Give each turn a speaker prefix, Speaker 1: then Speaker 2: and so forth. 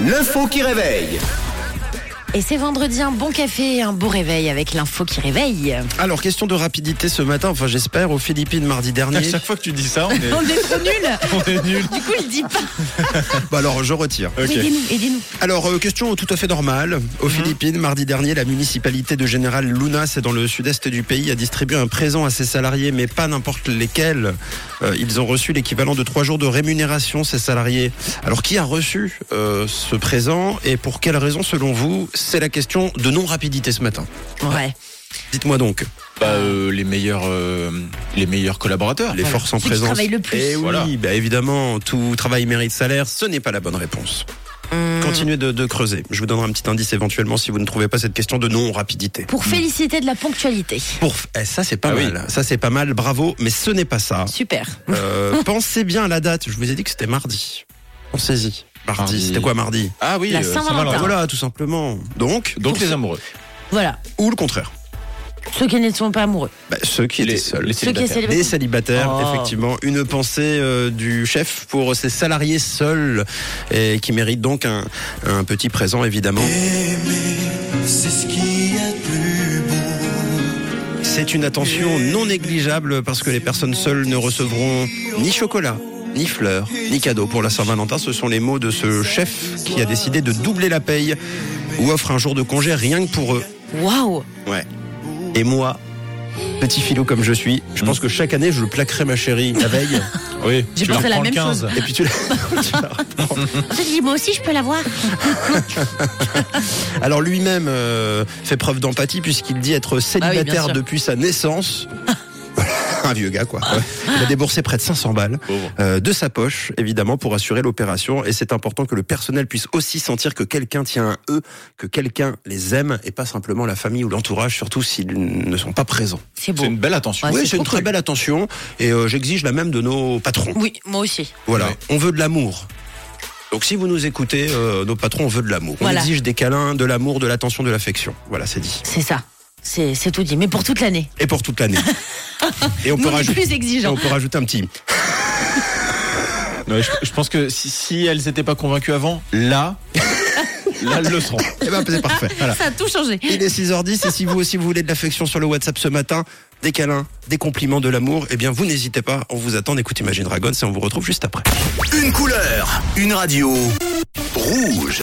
Speaker 1: L'info qui réveille.
Speaker 2: Et c'est vendredi, un bon café, un beau réveil avec l'info qui réveille.
Speaker 3: Alors, question de rapidité ce matin, enfin j'espère, aux Philippines mardi
Speaker 4: À
Speaker 3: dernier.
Speaker 4: chaque fois que tu dis ça, on est,
Speaker 2: On est trop nuls
Speaker 4: on est nul.
Speaker 2: Du coup, il dit pas.
Speaker 3: Bah alors, je retire.
Speaker 4: Ok.
Speaker 2: Aidez-nous, aidez-nous.
Speaker 3: Alors, euh, question tout à fait normale.
Speaker 2: Mhm.
Speaker 3: Aux Philippines, mardi dernier, la municipalité de Général Luna, c'est dans le sud-est du pays, a distribué un présent à ses salariés, mais pas n'importe lesquels. Euh, ils ont reçu l'équivalent de trois jours de rémunération, ces salariés. Alors, qui a reçu euh, ce présent et pour quelle raison, selon vous C'est la question de non-rapidité ce matin.
Speaker 2: Ouais.
Speaker 3: Dites-moi donc,
Speaker 4: Bah, euh, les meilleurs, euh, les meilleurs collaborateurs.
Speaker 3: les
Speaker 2: Voilà.
Speaker 3: forces en
Speaker 2: Ceux qui
Speaker 3: présence.
Speaker 2: travaillent le plus.
Speaker 3: Eh oui,
Speaker 4: Voilà.
Speaker 3: bah évidemment, tout travail mérite salaire, ce n'est pas la bonne réponse.
Speaker 4: Mmh.
Speaker 2: Hum.
Speaker 3: Continuez de, de creuser. Je vous donnerai un petit indice éventuellement si vous ne trouvez pas cette question de non-rapidité.
Speaker 2: Pour féliciter de la ponctualité.
Speaker 3: Pour... eh, ça, c'est pas
Speaker 4: Ah oui. Mmh.
Speaker 3: mal. Ça, c'est pas mal. Bravo. Mais ce n'est pas ça.
Speaker 2: Super.
Speaker 3: Euh, pensez bien à la date. Je vous ai dit que c'était mardi. Pensez-y. Mardi.
Speaker 4: Mardi.
Speaker 3: C'était quoi mardi
Speaker 4: Ah oui,
Speaker 2: La
Speaker 4: euh,
Speaker 2: Saint-Valentin.
Speaker 4: Saint-Valentin.
Speaker 3: Voilà, tout simplement. Donc,
Speaker 4: Donc les amoureux.
Speaker 2: Voilà.
Speaker 3: ou le contraire.
Speaker 2: Ceux qui ne sont pas amoureux.
Speaker 3: Bah, ceux qui
Speaker 4: les,
Speaker 3: étaient seuls.
Speaker 4: les
Speaker 2: Ceux qui
Speaker 4: célibataires.
Speaker 2: essaient
Speaker 3: Les célibataires,
Speaker 2: Oh.
Speaker 3: effectivement. Une pensée euh, du chef pour ses salariés seuls et qui méritent donc un, un petit présent, évidemment.
Speaker 5: C'est ce qu'il y a de plus beau.
Speaker 3: C'est une attention non négligeable parce que les personnes seules ne recevront ni chocolat, ni fleurs, ni cadeaux. Pour la Saint-Valentin, ce sont les mots de ce chef qui a décidé de doubler la paye ou offre un jour de congé rien que pour eux.
Speaker 2: Waouh
Speaker 3: Ouais. Et moi, petit filou comme je suis, je pense que chaque année, je le plaquerai ma chérie la veille.
Speaker 4: Oui.
Speaker 2: J'ai
Speaker 4: tu leur
Speaker 2: pensé la
Speaker 4: prends le
Speaker 2: même
Speaker 4: 15.
Speaker 2: chose.
Speaker 3: Et puis tu la- tu la
Speaker 2: En fait, je dis, moi aussi, je peux l'avoir.
Speaker 3: Alors lui-même euh, fait preuve d'empathie puisqu'il dit
Speaker 2: Bah
Speaker 3: être
Speaker 2: bien
Speaker 3: célibataire
Speaker 2: sûr.
Speaker 3: depuis sa naissance. Un vieux gars quoi. Il a déboursé près de 500 balles
Speaker 4: Pauvre.
Speaker 3: euh, de sa poche évidemment pour assurer l'opération et c'est important que le personnel puisse aussi sentir que quelqu'un tient à eux, que quelqu'un les aime et pas simplement la famille ou l'entourage surtout s'ils ne sont pas présents.
Speaker 2: C'est beau.
Speaker 4: C'est une belle attention.
Speaker 2: Ouais,
Speaker 3: oui,
Speaker 2: Ah, c'est
Speaker 3: c'est une
Speaker 2: trop
Speaker 3: très
Speaker 2: cool.
Speaker 3: belle attention et euh, j'exige la même de nos patrons.
Speaker 2: Oui, moi aussi.
Speaker 3: Voilà,
Speaker 4: Ouais.
Speaker 3: on veut de l'amour. Donc si vous nous écoutez, euh, nos patrons, on veut de l'amour.
Speaker 2: Voilà.
Speaker 3: On exige des câlins, de l'amour, de l'attention, de l'affection. Voilà, c'est dit.
Speaker 2: C'est ça. C'est c'est tout dit. Mais pour toute l'année.
Speaker 3: Et pour toute l'année. Et on
Speaker 2: Nous,
Speaker 3: peut
Speaker 2: on est
Speaker 3: rajouter.
Speaker 2: plus
Speaker 3: et
Speaker 2: exigeants.
Speaker 3: on peut rajouter un petit.
Speaker 4: Ouais, je, je pense que si, si elles n'étaient pas convaincues avant, là, là elles le seront.
Speaker 3: Eh ben, c'est parfait. Voilà.
Speaker 2: Ça a tout changé.
Speaker 3: Il est 6h10 et si vous aussi vous voulez de l'affection sur le WhatsApp ce matin, des câlins, des compliments, de l'amour, eh bien vous n'hésitez pas, on vous attend, on écoute Imagine Dragons et on vous retrouve juste après.
Speaker 1: Une couleur, une radio. Rouge.